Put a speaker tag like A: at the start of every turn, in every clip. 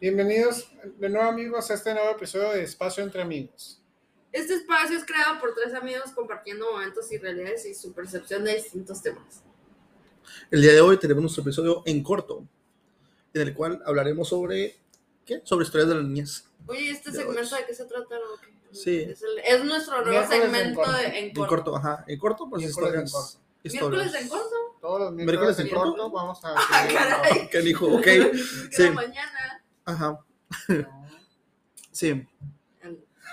A: Bienvenidos de nuevo amigos a este nuevo episodio de Espacio entre Amigos.
B: Este espacio es creado por tres amigos compartiendo momentos y realidades y su percepción de distintos temas.
C: El día de hoy tenemos nuestro episodio en corto, en el cual hablaremos sobre. ¿Qué? Sobre historias de la niñez.
B: Oye, ¿este
C: Ya
B: segmento
C: ves.
B: de qué se trata? o qué?
C: Sí.
B: Es, el- es nuestro nuevo
A: Miércoles en
B: segmento
A: corto.
B: de, en
C: En
B: corto.
C: corto, ajá. En corto, pues
A: Miércoles en
C: historias.
A: corto.
C: historias.
B: ¿Miércoles en corto?
A: Todos los miércoles
C: Miércoles
A: en
C: en corto.
A: corto vamos a...
B: Ah, caray.
C: Que dijo, ok.
B: Sí.
C: Sí,
B: mañana.
C: ajá. Sí,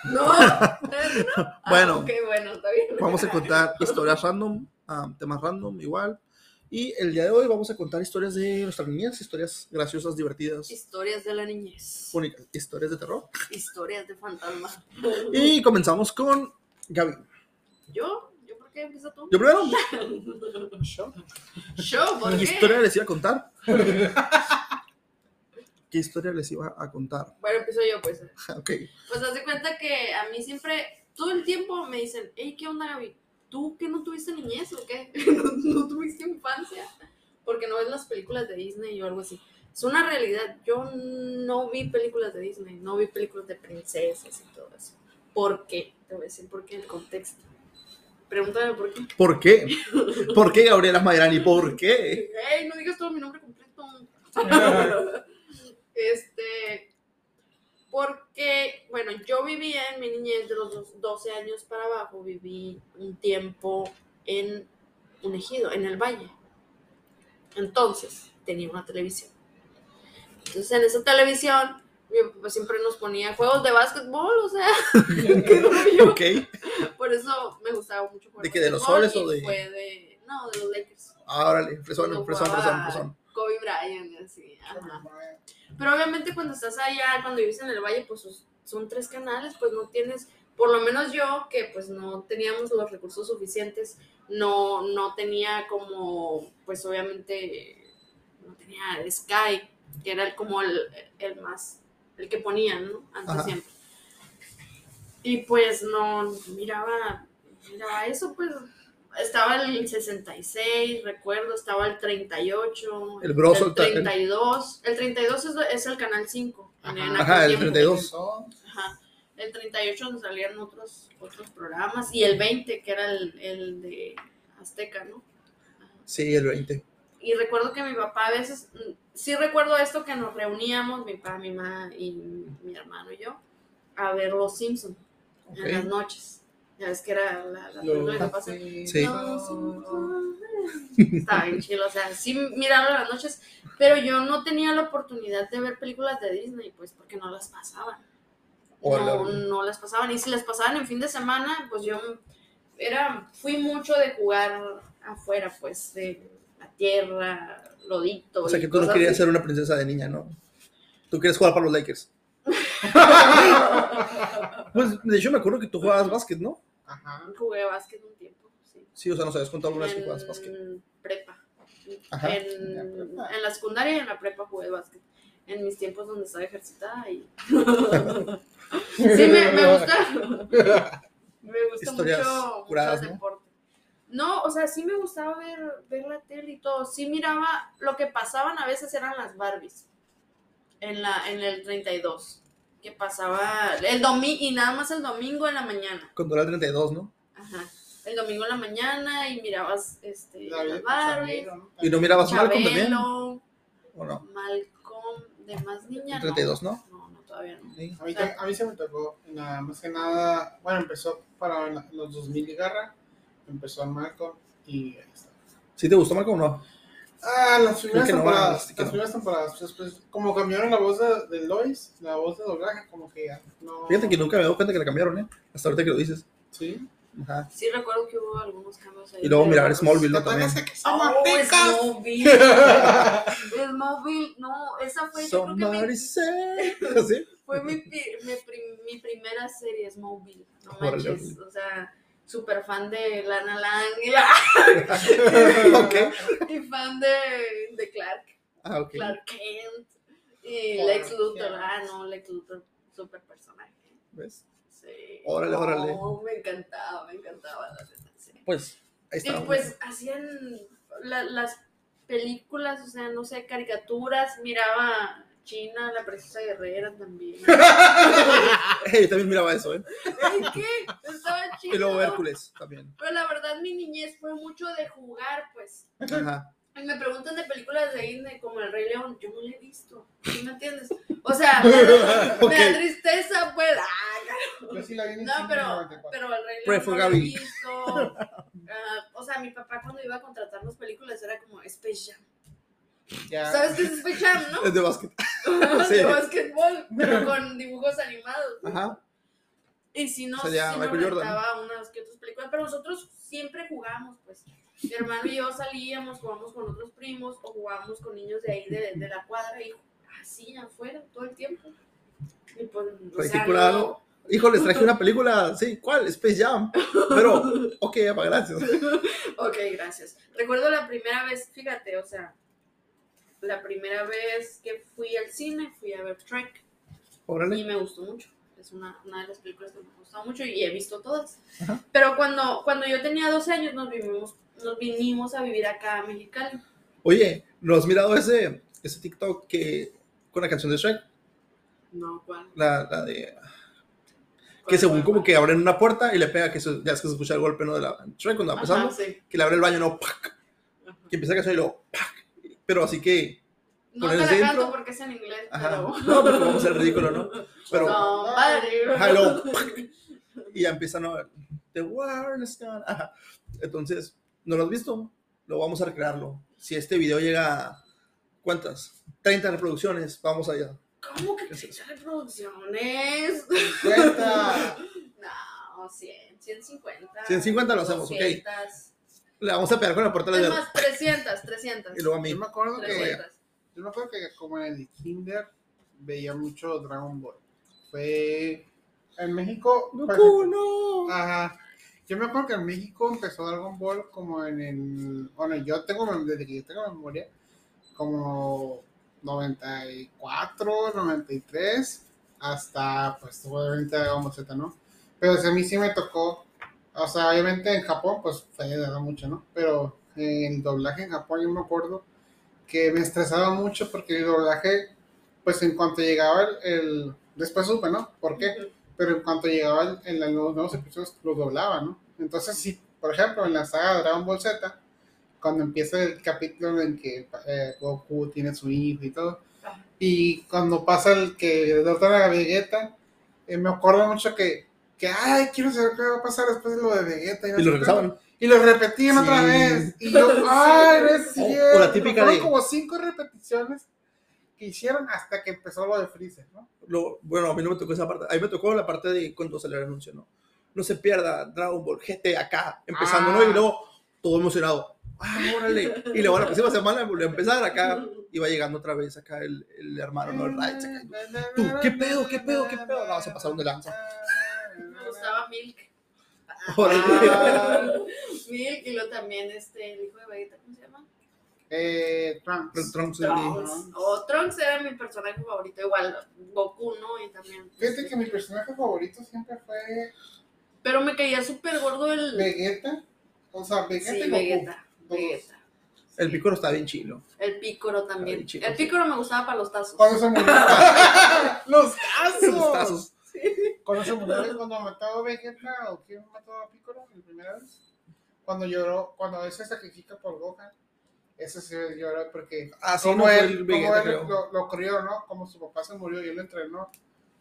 B: No. Ah,
C: Bueno.
B: ok, bueno, está bien.
C: vamos a contar historias random, ah, temas random, igual. Y el día de hoy vamos a contar historias de nuestra niñez, historias graciosas, divertidas,
B: Historias de la niñez.
C: únicas, historias de terror.
B: Historias de fantasma.
C: Y comenzamos con Gaby.
B: ¿Yo? ¿Yo por qué empieza tú?
C: Yo primero,
A: Yo,
B: ¿Yo? ¿Por
C: ¿qué
B: qué?
C: historia les iba a contar? ¿Qué historia les iba a contar?
B: Bueno, empiezo yo, pues.
C: Ok.
B: Pues haz de cuenta que a mí siempre, todo el tiempo me dicen, hey, ¿qué onda, Gaby? ¿Tú que no tuviste niñez o qué? ¿No, no tuviste infancia? Porque no ves las películas de Disney o algo así. Es una realidad. Yo no vi películas de Disney, no vi películas de princesas y todo eso. ¿Por qué? Te voy a decir por qué el contexto. Pregúntame por qué.
C: ¿Por qué? ¿Por qué Gabriela Mayrani? ¿Por qué?
B: ¡Ey, no digas todo mi nombre completo! Este, porque, bueno, yo vivía en mi niñez de los dos- 12 años para abajo, viví un tiempo en un ejido, en el valle. Entonces, tenía una televisión. Entonces, en esa televisión, mi papá siempre nos ponía juegos de básquetbol, o sea, qué rollo.
C: Ok.
B: Por eso me gustaba mucho jugar.
C: ¿De qué, de los
B: básquetbol
C: soles o
B: y
C: de-
B: fue de- No, de los Lakers.
C: Ah, órale, fresón,
B: Cuando
C: fresón, fresón,
B: jugaba
C: fresón.
B: Kobe Bryant, así. Ajá. Pero obviamente cuando estás allá, cuando vives en el valle, pues sus- son tres canales, pues no tienes, por lo menos yo, que pues no teníamos los recursos suficientes, no, no tenía como, pues obviamente, no tenía Sky, que era el- como el, el más, el que ponían, ¿no? Antes
C: Ajá.
B: siempre. Y pues no, miraba, miraba eso, pues estaba el 66, recuerdo, estaba el 38,
C: El grosso,
B: el
C: el ta- el-
B: 32, el 32 es, es el canal 5. en
A: Ajá.
B: aquel
C: Ajá, el
B: tiempo.
C: 32.
B: Ajá. El 38 donde salían otros, otros programas y el 20 que era el, el de Azteca, ¿no?
C: Sí, el 20.
B: Y recuerdo que mi papá a veces, mm, sí recuerdo esto que nos reuníamos, mi papá, mi mamá y mi hermano y yo, a ver Los Simpsons en las
C: Ok.
B: noches. Ya ves que era la, la película que
A: Los
B: pasaba.
C: Sí.
B: Los Simpsons. Estaba bien chido, o sea, sí mirarlo en las noches, pero yo no tenía la oportunidad de ver películas de Disney, pues porque no las pasaban. No,
C: Órale.
B: no las pasaban, y si las pasaban en fin de semana, pues yo era, fui mucho de jugar afuera, pues, de la tierra, lodito.
C: O sea
B: y
C: que tú no
B: cosas
C: querías
B: así.
C: ser una princesa de niña, ¿no? Tú querías jugar para los Lakers. Pues de hecho me acuerdo que tú jugabas básquet, ¿no?
A: Ajá.
B: Jugué básquet un tiempo, sí.
C: Sí, o sea, nos habías contado alguna vez que jugabas básquet.
B: en prepa.
C: Ajá.
B: En,
A: En la prepa.
B: en la secundaria y en la prepa jugué básquet. En mis tiempos donde estaba ejercitada y... sí, me, me gusta. me gusta
C: Historias
B: mucho,
C: curadas,
B: mucho el
C: ¿no?
B: deporte. No, o sea, sí me gustaba ver, ver la tele y todo. Sí miraba, lo que pasaban a veces eran las Barbies. En, la, en el 32. Que pasaba el domingo y nada más el domingo en la mañana.
C: Cuando era el 32, ¿no?
B: Ajá. El domingo en la mañana y mirabas este
A: La vida
B: las
A: de
B: Barbies,
A: Chabelo, pues, ¿no?
C: Y no mirabas mal con también.
B: Chabelo,
C: ¿O no?
B: Malcolm, de más niña.
C: El 32, ¿no?
B: No, no, todavía no.
C: Sí.
A: A mí, tam- a mí se me tocó, nada más que nada, bueno, empezó para la- los 2000 y garra, empezó Marco y ahí está.
C: ¿Sí te gustó Marco o no?
A: Ah, las primeras
C: que no,
A: temporadas,
C: sí que
A: las
C: no.
A: primeras temporadas, pues, pues, como cambiaron la voz de, de Lois, la voz de doblaje, como que ya no...
C: Fíjate que nunca me he dado cuenta que la cambiaron, ¿eh? Hasta ahorita que lo dices.
A: Sí.
C: Ajá.
B: Sí recuerdo que hubo algunos cambios ahí.
C: Y luego
B: pero- pues
C: mirar Smallville, ¿no?
A: ¿Te
C: También.
A: parece que somos
B: Oh,
A: pecas?
B: Smallville. Smallville, no, esa fue, Ah, yo creo que mi,
C: Somebody say- ¿Sí?
B: fue mi, pi- mi pri- mi primera serie, Smallville. No
C: Órale,
B: manches,
C: órale.
B: o sea, súper fan de Lana Lang Ah,
C: ok.
B: y fan de, de Clark.
C: Ah, ok.
B: Clark Kent y
A: Clark
B: Lex Luthor.
A: Kent.
B: Ah, no, Lex Luthor, super personaje.
C: ¿Ves?
B: Sí.
C: Órale, órale.
B: Oh, me encantaba, me encantaba la neta, sí.
C: Pues, ahí está.
B: Y pues hacían la- las películas, o sea, no sé, caricaturas, miraba China, la princesa guerrera también.
C: Yo Ah, también miraba eso, ¿eh?
B: Ay, ¿Qué? Estaba chido.
C: Y luego Hércules también.
B: Pero la verdad, mi niñez fue mucho de jugar, pues.
C: Ajá.
B: Y me preguntan de películas de Disney como El Rey León. Yo no la he visto. ¿Sí me entiendes? O sea, me da, me da
C: Ok.
B: tristeza, pues. Ah,
A: Yo sí la vi en el
B: No,
A: cine en el
B: pero,
A: 94.
B: pero el Rey
C: Pray
B: León
C: for
B: no lo he
C: Gaby.
B: visto. Ah, o sea, mi papá cuando iba a contratar las películas era como Space Jam.
A: Ya.
B: ¿Sabes qué es Space Jam, no?
C: Es de básquet. Sí.
B: De básquetbol, pero con dibujos animados.
C: Ajá.
B: Y si no,
C: Sería
B: sí me
C: Michael Jordan.
B: rentaba unas que otras películas, pero nosotros siempre jugábamos, pues. Mi hermano y yo salíamos, jugábamos con otros primos o jugábamos con niños de ahí, de, de la cuadra, y así afuera, todo el tiempo. Y pues, o sea,
C: Particular,
B: no-
C: Hijo, les traje una película, sí, ¿cuál? Space Jam. Pero, ok, apa, gracias.
B: Ok, gracias. Recuerdo la primera vez, fíjate, o sea, la primera vez que fui al cine, fui a ver Trek y
C: Órale.
B: me gustó mucho. Es una, una de las películas que me ha gustado mucho y he visto todas.
C: Ajá.
B: Pero cuando, cuando yo tenía 12 años nos vinimos, nos vinimos a vivir acá a Mexicali.
C: Oye, ¿no has mirado ese, ese TikTok que, con la canción de Shrek?
B: No, ¿cuál?
C: La, la de. Que
B: ¿Cuál,
C: según
B: cuál,
C: como
B: cuál?
C: que abren una puerta y le pega, que se- ya es que se escucha el golpe, ¿no? De la Shrek cuando va
B: Ajá,
C: pasando.
B: sí.
C: Que le abre el baño, no, ¡pac!
B: Ajá.
C: Que empieza a canción y luego, ¡pac! Pero así que.
B: No te
C: poner
B: la
C: el
B: canto
C: centro.
B: porque es en inglés,
C: Ajá.
B: pero...
C: No, porque vamos a ser ridículo, ¿no? Pero.
B: No, padre.
C: Ajá, y luego, y ya empiezan a ver. The world is gone. Ajá. Entonces, ¿no lo has visto? Lo vamos a recrearlo. Si este video llega a. ¿Cuántas? 30 reproducciones. Vamos allá.
B: ¿Cómo que te reproducciones?
A: Cuenta.
B: No, 100, 150.
C: 150 lo hacemos, ok.
B: 200.
C: Le vamos a pegar con la puerta de la
B: Es
C: dedo.
B: más, 300, 300.
C: Y luego a mí.
A: Yo me acuerdo que
B: 300.
A: Yo me acuerdo que como en el kinder veía mucho Dragon Ball. Fue en México. pues,
C: Goku, no.
A: ajá. Yo me acuerdo que en México empezó Dragon Ball como en el. Bueno, yo tengo mem- desde que yo tengo memoria, como 94, 93, hasta pues obviamente Dragon Z, ¿no? Pero o sea, a mí sí me tocó. O sea, obviamente en Japón, pues fue de verdad mucho, ¿no? Pero en el doblaje en Japón yo me acuerdo que me estresaba mucho porque el doblaje, pues en cuanto llegaba el, el- después supe, ¿no? ¿Por qué? Pero en cuanto llegaba el, en la- los nuevos episodios, los doblaba, ¿no? Entonces, sí, por ejemplo, en la saga de Dragon Ball Z, cuando empieza el capítulo en que eh, Goku tiene su hijo y todo,
B: Ajá.
A: y cuando pasa el que derrotan a Vegeta, eh, me acuerdo mucho que, que, ay, quiero saber qué va a pasar después de lo de Vegeta. no
C: Y lo
A: sé qué.
C: regresaban.
A: Y lo repetían
C: Sí.
A: otra vez. Y yo, ay, no es
C: O- o la
A: cierto.
C: típica
A: Fueron
C: de-
A: como cinco repeticiones que hicieron hasta que empezó lo de Freezer, ¿no?
C: Lo- bueno, a mí no me tocó esa parte. A mí me tocó la parte de cuando salió el anuncio, ¿no? No se pierda Dragon Ball GT acá, empezando, ¿no? Y luego todo emocionado. ¡Ah, órale! Y luego la próxima semana volvió a empezar acá. Y va llegando otra vez acá el, el hermano, ¿no? El Raditz acá. Tú, ¿qué pedo, qué pedo, qué pedo? No, se pasaron de lanza.
B: Me gustaba Milk.
C: Órale.
A: Ah.
B: Milk y luego también este, el hijo de Vegeta, ¿cómo se llama?
A: Eh, Trunks.
C: Los Trunks de-
B: Trunks. O Trunks era mi personaje favorito, igual Goku, ¿no? Y también. pues,
A: Fíjate que mi personaje favorito siempre fue
B: Pero me caía súper gordo el.
A: Vegeta. O sea, Vegeta y
B: sí,
A: Goku.
B: Vegeta.
A: Dos.
B: Vegeta.
C: El pícoro está bien chilo.
B: El pícoro también.
C: Ay, chico.
B: el pícoro me gustaba para los tazos.
A: Cuando se murió. Los
C: Los
A: casos.
C: tazos.
A: Cuando se murió, cuando mató a Vegeta o quién mató a Piccolo la primera vez. Cuando lloró, cuando él se sacrifica por Gohan. Ese se lloró porque
C: Así
A: como
C: ah, no fue
A: él,
C: el
A: como
C: Vegeta,
A: él
C: creo.
A: lo, lo crió, ¿no? Como su papá se murió y él lo entrenó.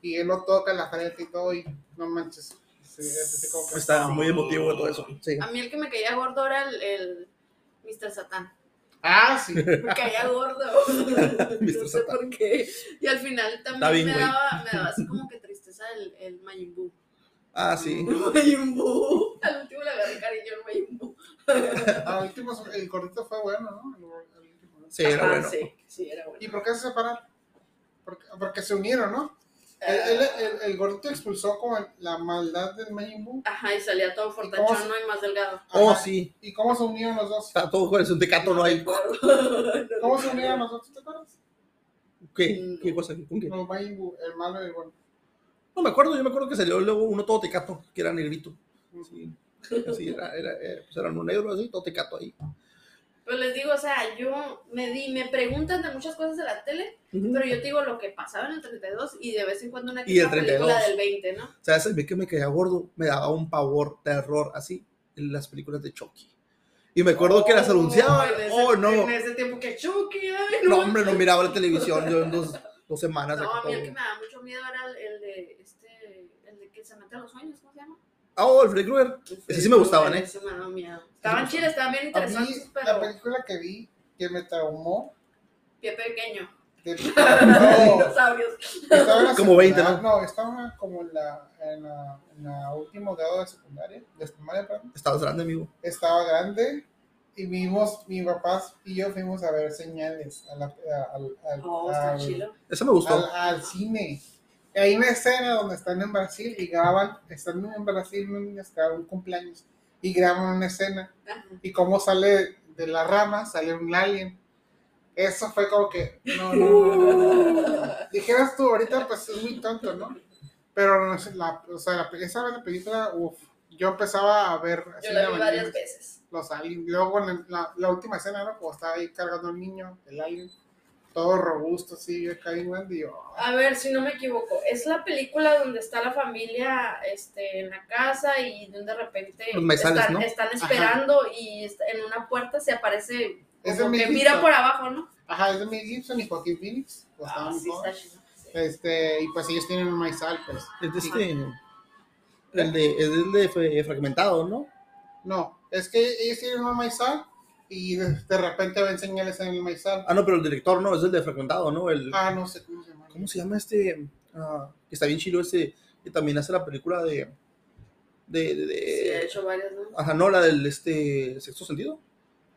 A: Y él lo toca en la frente y todo, y no manches. Sí, es así como que-
C: Está muy emotivo todo eso. Sí.
B: A mí el que me caía gordo era el, el Mr. Satán.
A: Ah, sí.
B: Me caía gordo.
C: Mr.
B: no sé
C: Satán.
B: por qué. Y al final
C: Está
B: también
C: bien,
B: me,
C: güey.
B: daba, me daba así como que tristeza el, el Majin Buu.
C: Ah, sí.
B: Majin Buu. Al último le agarré cariño al Majin Buu.
A: Al último, el gordito fue bueno, ¿no? El- el último.
C: Sí, era
B: Ah,
C: bueno.
B: Sí, sí, era bueno.
A: ¿Y por qué se separaron? Porque, porque se unieron, ¿no? El, el, el- el gordito expulsó como el- la maldad del Majin Buu.
B: Ajá, y salía todo
A: cómo se-
B: fortachón, ¿no? Y más delgado.
C: Oh,
A: Ajá.
C: sí.
A: ¿Y cómo se unieron los dos?
C: Está todo con el tecato, no hay.
A: ¿Cómo se unieron los dos? ¿Tú te acuerdas?
C: ¿Qué? ¿Qué cosa? ¿Con qué?
A: Los Majin Buu, el malo y el bueno.
C: No me acuerdo, yo me acuerdo que salió luego uno todo tecato, que era negrito. Sí, así era, era, eh, pues era uno negro así, todo tecato ahí.
B: Pero les digo, o sea, yo me di, me preguntan de muchas cosas de la tele, pero yo te digo lo que pasaba en el 32 y de vez en cuando una
C: Y el
B: que otra película
C: 32.
B: del 20, ¿no?
C: O sea, esa vez que me quedé gordo, me daba un pavor, terror, así, en las películas de Chucky. Y me acuerdo que las
B: Oh,
C: anunciaban.
B: en ese-
C: Oh, no.
B: En ese tiempo que Chucky, ay,
C: No, hombre, no miraba la televisión. Yo en dos, dos semanas.
B: No,
C: acá
B: a mí el
C: todo.
B: que me da mucho miedo era el, el de este, el de que se mete a los sueños, ¿cómo se llama?
C: Ah, oh, el Freddy Krueger. Ese sí me gustaban, ¿eh?
B: Ese me daba miedo. Estaban
C: gustaban.
B: chidas, estaban bien
A: A mí,
B: interesantes,
A: la
B: pero
A: película que vi que me traumó.
B: pie pequeño.
A: De... No,
B: Dinosaurios.
A: estaba en la
C: Como 20,
A: secundaria- No, estaba como en la, en la, en la último grado de secundaria, de primaria, perdón.
C: Estabas grande, amigo.
A: estaba grande y vimos, mi papá y yo fuimos a ver señales a la- a- al- al-
B: Oh, está
A: al,
B: chilo.
C: Ese me gustó.
B: Ah,
A: al- al cine. Y Hay una escena donde están en Brasil y graban, están en Brasil unos niños que graban un cumpleaños y graban una escena
B: Ajá.
A: y cómo sale de la rama, sale un alien. Eso fue como que, no, no, no, no, no, no, no. Dijeras tú ahorita, pues es muy tonto, ¿no? Pero no sé, la, o sea, la, esa la película, uff, yo empezaba a ver así
B: Yo
A: en la
B: la vi
A: mañana
B: varias veces.
A: los aliens. Luego en el- la, la última escena, ¿no? Como estaba ahí cargando al niño, el alien, todo robusto, así, yo caí en y yo. "Ah,
B: A ver, si no me equivoco, es la película donde está la familia este, en la casa y de repente
C: Los maizales,
B: están,
C: ¿no?
B: están esperando y est- en una puerta se aparece
A: Es
B: como
A: el
B: que
A: mismo.
B: mira por abajo, ¿no?
A: Ajá, es de Mel Gibson y Joaquín Phoenix. pues,
B: Ah,
A: estaban
B: sí, está
A: jóvenes.
B: chido. Sí.
A: Este, y pues ellos tienen un maizal, pues.
C: Es de este. El de, es el de fue fragmentado, ¿no?
A: No, es que ellos tienen un maizal y de, de repente ven señales en el maizal.
C: Ah, no, pero el director no, es el de fragmentado, ¿no? El,
A: Ah, no sé cómo se llama.
C: ¿Cómo se llama este? Ah, que está bien chido este. Que también hace la película de. De. de-
B: Sí, ha
C: de-
B: hecho varias, ¿no?
C: ajá, no, la del este. Sexto sentido.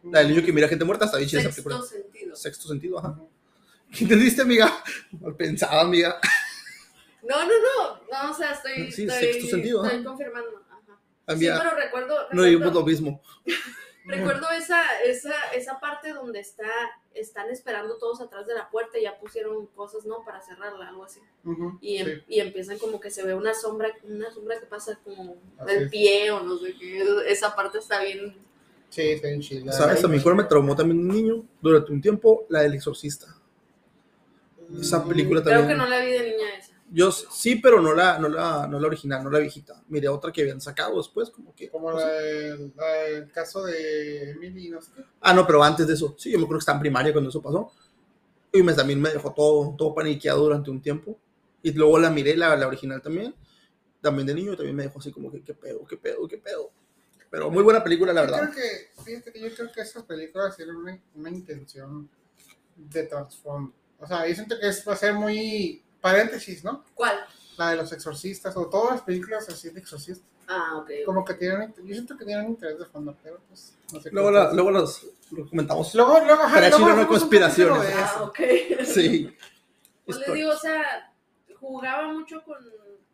C: La del niño que mira gente muerta, está bien chida esa
B: Sexto
C: película.
B: sentido.
C: Sexto sentido, ajá.
A: Ujú.
C: ¿Qué entendiste, amiga? Mal pensada, amiga.
B: No, no, no, no, o sea, estoy,
C: Sí,
B: estoy,
C: sexto sentido,
B: estoy confirmando. Ajá.
C: Amiga,
B: Sí, pero recuerdo,
C: no
B: recuerdo,
C: vimos lo mismo.
B: recuerdo esa, esa, esa parte donde está, están esperando todos atrás de la puerta y ya pusieron cosas, ¿no? Para cerrarla, algo así.
A: Ujú,
B: y, em-
A: sí.
B: y empiezan como que se ve una sombra, una sombra que pasa como
A: Así
B: del
A: es.
B: pie o no sé qué. Esa parte está bien.
A: Sí, está bien chila.
C: ¿Sabes? A mi cual me traumó también un niño durante un tiempo, la del exorcista.
A: Mm,
C: Esa película
B: Mm, Creo
C: también.
B: que no la vi de niña esa.
C: Yo s- sí, pero no la, no la, no la original, no la viejita. Miré otra que habían sacado después, como que.
A: Como
C: no sé.
A: la del- la del caso de Emily, no sé qué.
C: Ah, no, pero antes de eso, sí, yo me acuerdo que estaba en primaria cuando eso pasó. Y me, también me dejó todo, todo paniqueado durante un tiempo. Y luego la miré, la, la original también. También de niño, también me dejó así como que, qué pedo, qué pedo, qué pedo. Pero muy buena película, la
A: Yo
C: verdad.
A: creo que, fíjate que yo creo que esas películas tienen una, una intención de trasfondo. O sea, yo siento que es, va a ser muy paréntesis, ¿no?
B: ¿Cuál?
A: La de los exorcistas o todas las películas así de exorcistas.
B: Ah, ok.
A: Como que tienen, yo siento que tienen interés de fondo, pero pues no sé.
C: Luego,
A: qué
C: la-
A: pasa.
C: luego los, los comentamos.
A: luego, luego, ajá, luego
C: Pero sí, no, no,
A: hacemos un
C: conspiraciones.
A: capítulo de
B: Ah,
A: eso.
B: ok.
C: Sí.
B: Pues les digo, o sea, jugaba mucho con,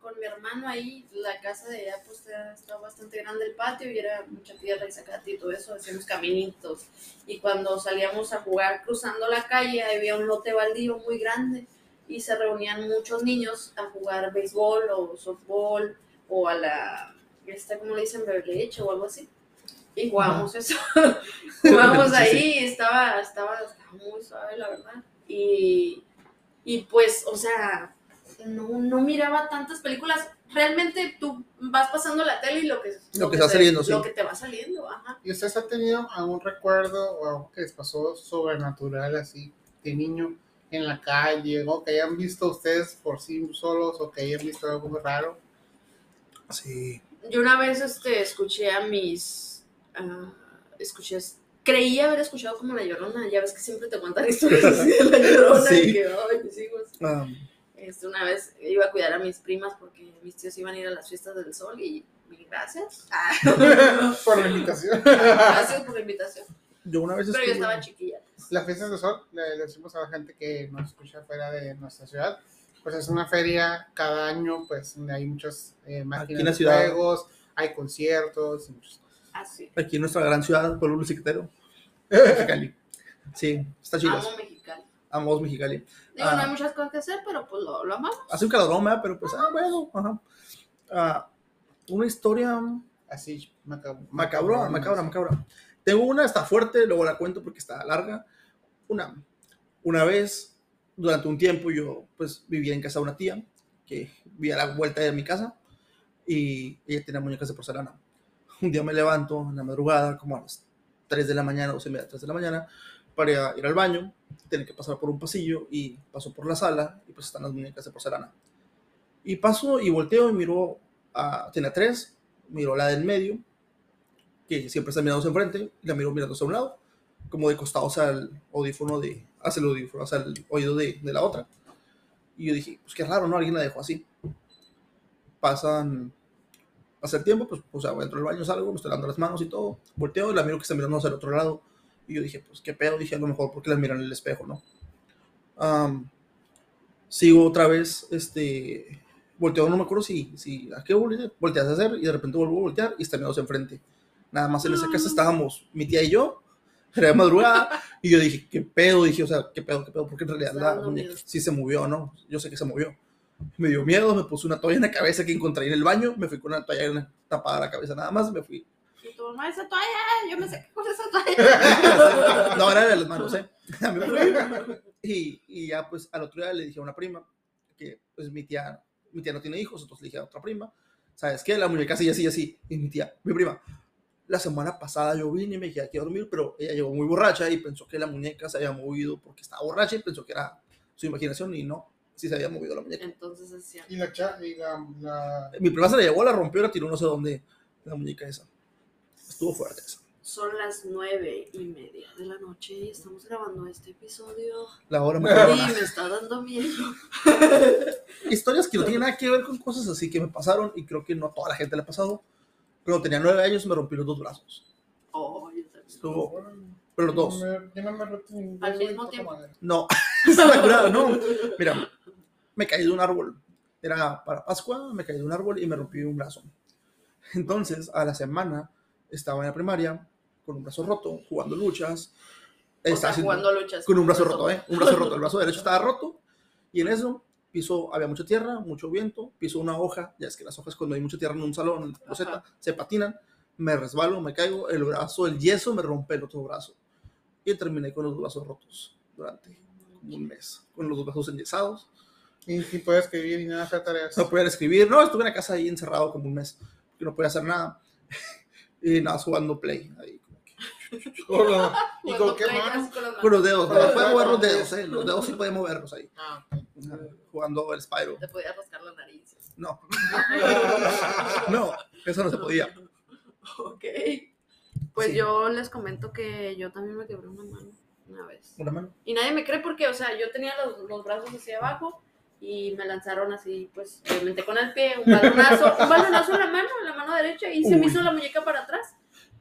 B: con mi hermano ahí. La casa de allá, pues era- estaba bastante grande el patio y era mucha tierra y zacate y todo eso. Hacíamos caminitos. Y cuando salíamos a jugar cruzando la calle, había un lote baldío muy grande y se reunían muchos niños a jugar béisbol o softball o a la. Esta, ¿cómo le dicen? Berleche o algo así. Y jugábamos eso. jugábamos
C: Sí,
B: ahí
C: sí.
B: y estaba, estaba, estaba muy suave, la verdad. Y, y pues, o sea, no, no miraba tantas películas. Realmente tú vas pasando la tele y lo que,
C: Lo que está saliendo, sí.
B: lo que te va saliendo, ajá.
A: ¿Y ustedes han tenido algún recuerdo o algo que les pasó sobrenatural así de niño en la calle o que hayan visto ustedes por sí solos o que hayan visto algo raro?
C: Sí.
B: Yo una vez este, escuché a mis. ah, escuché. Creí haber escuchado como la llorona. Ya ves que siempre te cuentan historias así de la llorona.
C: Sí.
B: Y que, ay, mis hijos.
C: Ah,
B: Este, una vez iba a cuidar a mis primas porque mis tíos iban a ir a las fiestas del sol y, y gracias. Ah,
A: por la invitación.
B: gracias por la invitación.
C: yo una vez
B: Pero yo
C: estuve-
B: estaba chiquilla.
A: Las fiestas de sol, le, le decimos a la gente que nos escucha fuera de nuestra ciudad, pues es una feria cada año, pues donde hay muchas eh,
C: Aquí en la
A: máquinas de
C: ciudad.
A: juegos, hay conciertos. y muchas cosas.
B: Así.
C: aquí en nuestra gran ciudad, pueblo mexicano. Mexicali. Sí, está chido.
B: Amo Mexicali.
C: Amamos Mexicali.
B: Digo,
C: Ah.
B: no hay muchas cosas que hacer, pero pues lo, lo amamos.
C: Hace un calorón, ¿verdad? Pero pues, ah, bueno. Ajá. Ah, una historia
A: Así, macabro.
C: macabra, macabra, macabra. Tengo una, está fuerte, luego la cuento porque está larga. Una, una vez, durante un tiempo, yo pues vivía en casa de una tía que vivía a la vuelta de mi casa y ella tenía muñecas de porcelana. Un día me levanto en la madrugada, como a las 3 de la mañana, 12 y media, 3 de la mañana, para ir al baño, tenía que pasar por un pasillo y paso por la sala y pues están las muñecas de porcelana. Y paso y volteo y miro a, tenía tres, miro la del medio, que siempre está mirándose enfrente, y la miro mirándose a un lado, como de costado hacia el audífono de, hacia el audífono, hacia el oído de, de la otra. Y yo dije, pues qué raro, ¿no? Alguien la dejó así. Pasan, pasa el tiempo, pues, o sea, entro al baño, salgo, me estoy dando las manos y todo, volteo y la miro que está mirando hacia el otro lado. Y yo dije, pues qué pedo, dije, a lo mejor porque las miran en el espejo, ¿no? Am, sigo otra vez, este, volteo, no me acuerdo si, si a qué volteé, volteas a hacer y de repente vuelvo a voltear y está mirándose enfrente. Nada más en esa casa estábamos mi tía y yo, era de madrugada, y yo dije, qué pedo, dije, o sea, qué pedo, qué pedo, porque en realidad
B: Estaba
C: la
B: dando
C: muñeca
B: miedo.
C: sí se movió, ¿no? Yo sé que se movió. Me dio miedo, me puse una toalla en la cabeza que encontré en el baño, me fui con una toalla en la- tapada la cabeza nada más, me fui.
B: Y tu mamá, esa toalla, yo me saqué con esa toalla.
C: No, era de las manos, ¿eh? Me fui. Y, y ya pues al otro día le dije a una prima, que pues mi tía, mi tía no tiene hijos, entonces le dije a otra prima, ¿sabes qué? La muñeca así, así, así. Y mi tía, mi prima, la semana pasada yo vine y me quedé aquí a dormir, pero ella llegó muy borracha y pensó que la muñeca se había movido porque estaba borracha y pensó que era su imaginación y no, sí se había movido la muñeca.
B: Entonces es cierto.
A: Y la cha, y la, la-
C: Mi prima se la llevó, la rompió, la tiró no sé dónde, la muñeca esa. Estuvo fuerte esa.
B: Son las nueve y media de la noche y estamos grabando este episodio.
C: La hora
B: Y
C: me perdona.
B: me está dando miedo.
C: historias que no tienen nada que ver con cosas así que me pasaron y creo que no a toda la gente le ha pasado. Cuando tenía nueve años me rompí los dos brazos.
B: Oh, yo también.
C: Estuvo, pero los dos.
A: Yo no me- yo no me he roto ningún
B: Al
A: hueso,
B: mismo
A: toco
B: tiempo.
A: madera.
C: No, Está curado, no. Mira, me caí de un árbol. Era para Pascua, me caí de un árbol y me rompí un brazo. Entonces, a la semana estaba en la primaria con un brazo roto, jugando luchas.
B: O
C: Estaba
B: sea,
C: haciendo-
B: jugando luchas.
C: con un brazo roto, ¿eh? Un brazo roto. El brazo derecho estaba roto y en eso piso, había mucha tierra, mucho viento, piso una hoja, ya es que las hojas cuando hay mucha tierra en un salón, en roseta, se patinan, me resbalo, me caigo, el brazo, el yeso me rompe el otro brazo y terminé con los dos brazos rotos durante como un mes, con los dos brazos enyesados.
A: Y si puedes escribir y nada, hacer tareas.
C: No podía escribir, no, estuve en la casa ahí encerrado como un mes, que no podía hacer nada y nada, jugando play ahí. como que- pues,
A: Con la- ¿Y
B: Jugando
A: con qué
B: playas
A: mano?
B: con las
C: Con
B: manos.
C: los dedos, pero podía mover los dedos, ¿eh? los dedos sí podía moverlos ahí,
A: Ah, ok.
C: jugando el Spyro.
B: Te podía rascar la nariz.
C: No, no, eso no se podía.
B: Ok. Pues
C: Sí.
B: yo les comento que yo también me quebré una mano una vez.
C: Una mano.
B: Y nadie me cree porque, o sea, yo tenía los, los brazos hacia abajo y me lanzaron así, pues, obviamente con el pie, un balonazo, un balonazo en la mano, en la mano derecha, y se me
C: Uy.
B: hizo la muñeca para atrás.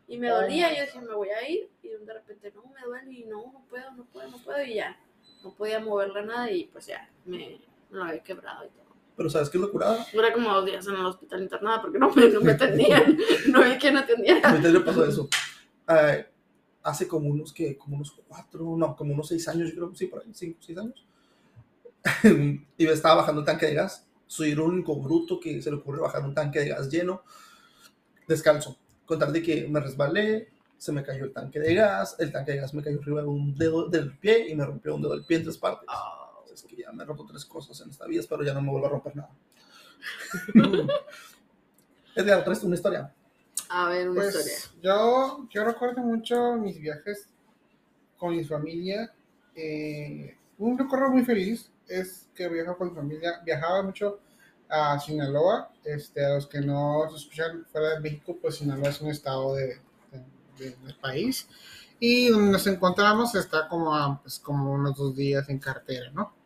B: Y me
A: Oh.
B: dolía, y yo decía, me voy a ir. Y de repente, no, me duele, y no, no puedo, no puedo, no puedo, y ya. No podía moverla nada, y pues ya, me, me la había quebrado y todo.
C: Pero ¿sabes qué es lo curada?
B: Duré como dos días en el hospital internada porque no me, no me atendían, no vi que no atendiera.
C: Ahorita le pasó eso. Ay, hace como unos, que Como unos cuatro, no, como unos seis años, yo creo, sí, por ahí, cinco, seis años. y yo estaba bajando un tanque de gas. Soy el único bruto que se le ocurre bajar un tanque de gas lleno. Descalzo. Con tal de que me resbalé, se me cayó el tanque de gas, el tanque de gas me cayó arriba de un dedo del pie y me rompió un dedo del pie en tres partes.
B: Oh,
C: Es que ya me he roto tres cosas en esta vida, espero ya no me vuelva a romper nada. Edgar, traes tú una historia.
B: a ver, una historia.
A: Pues yo, yo recuerdo mucho mis viajes con mi familia. eh, un recuerdo muy feliz es que viajo con mi familia. Viajaba mucho a Sinaloa. Este, a los que no se escuchan fuera de México, pues Sinaloa es un estado de, de- de- del país. Y donde nos encontramos está como a pues, como unos dos días en cartera, ¿no?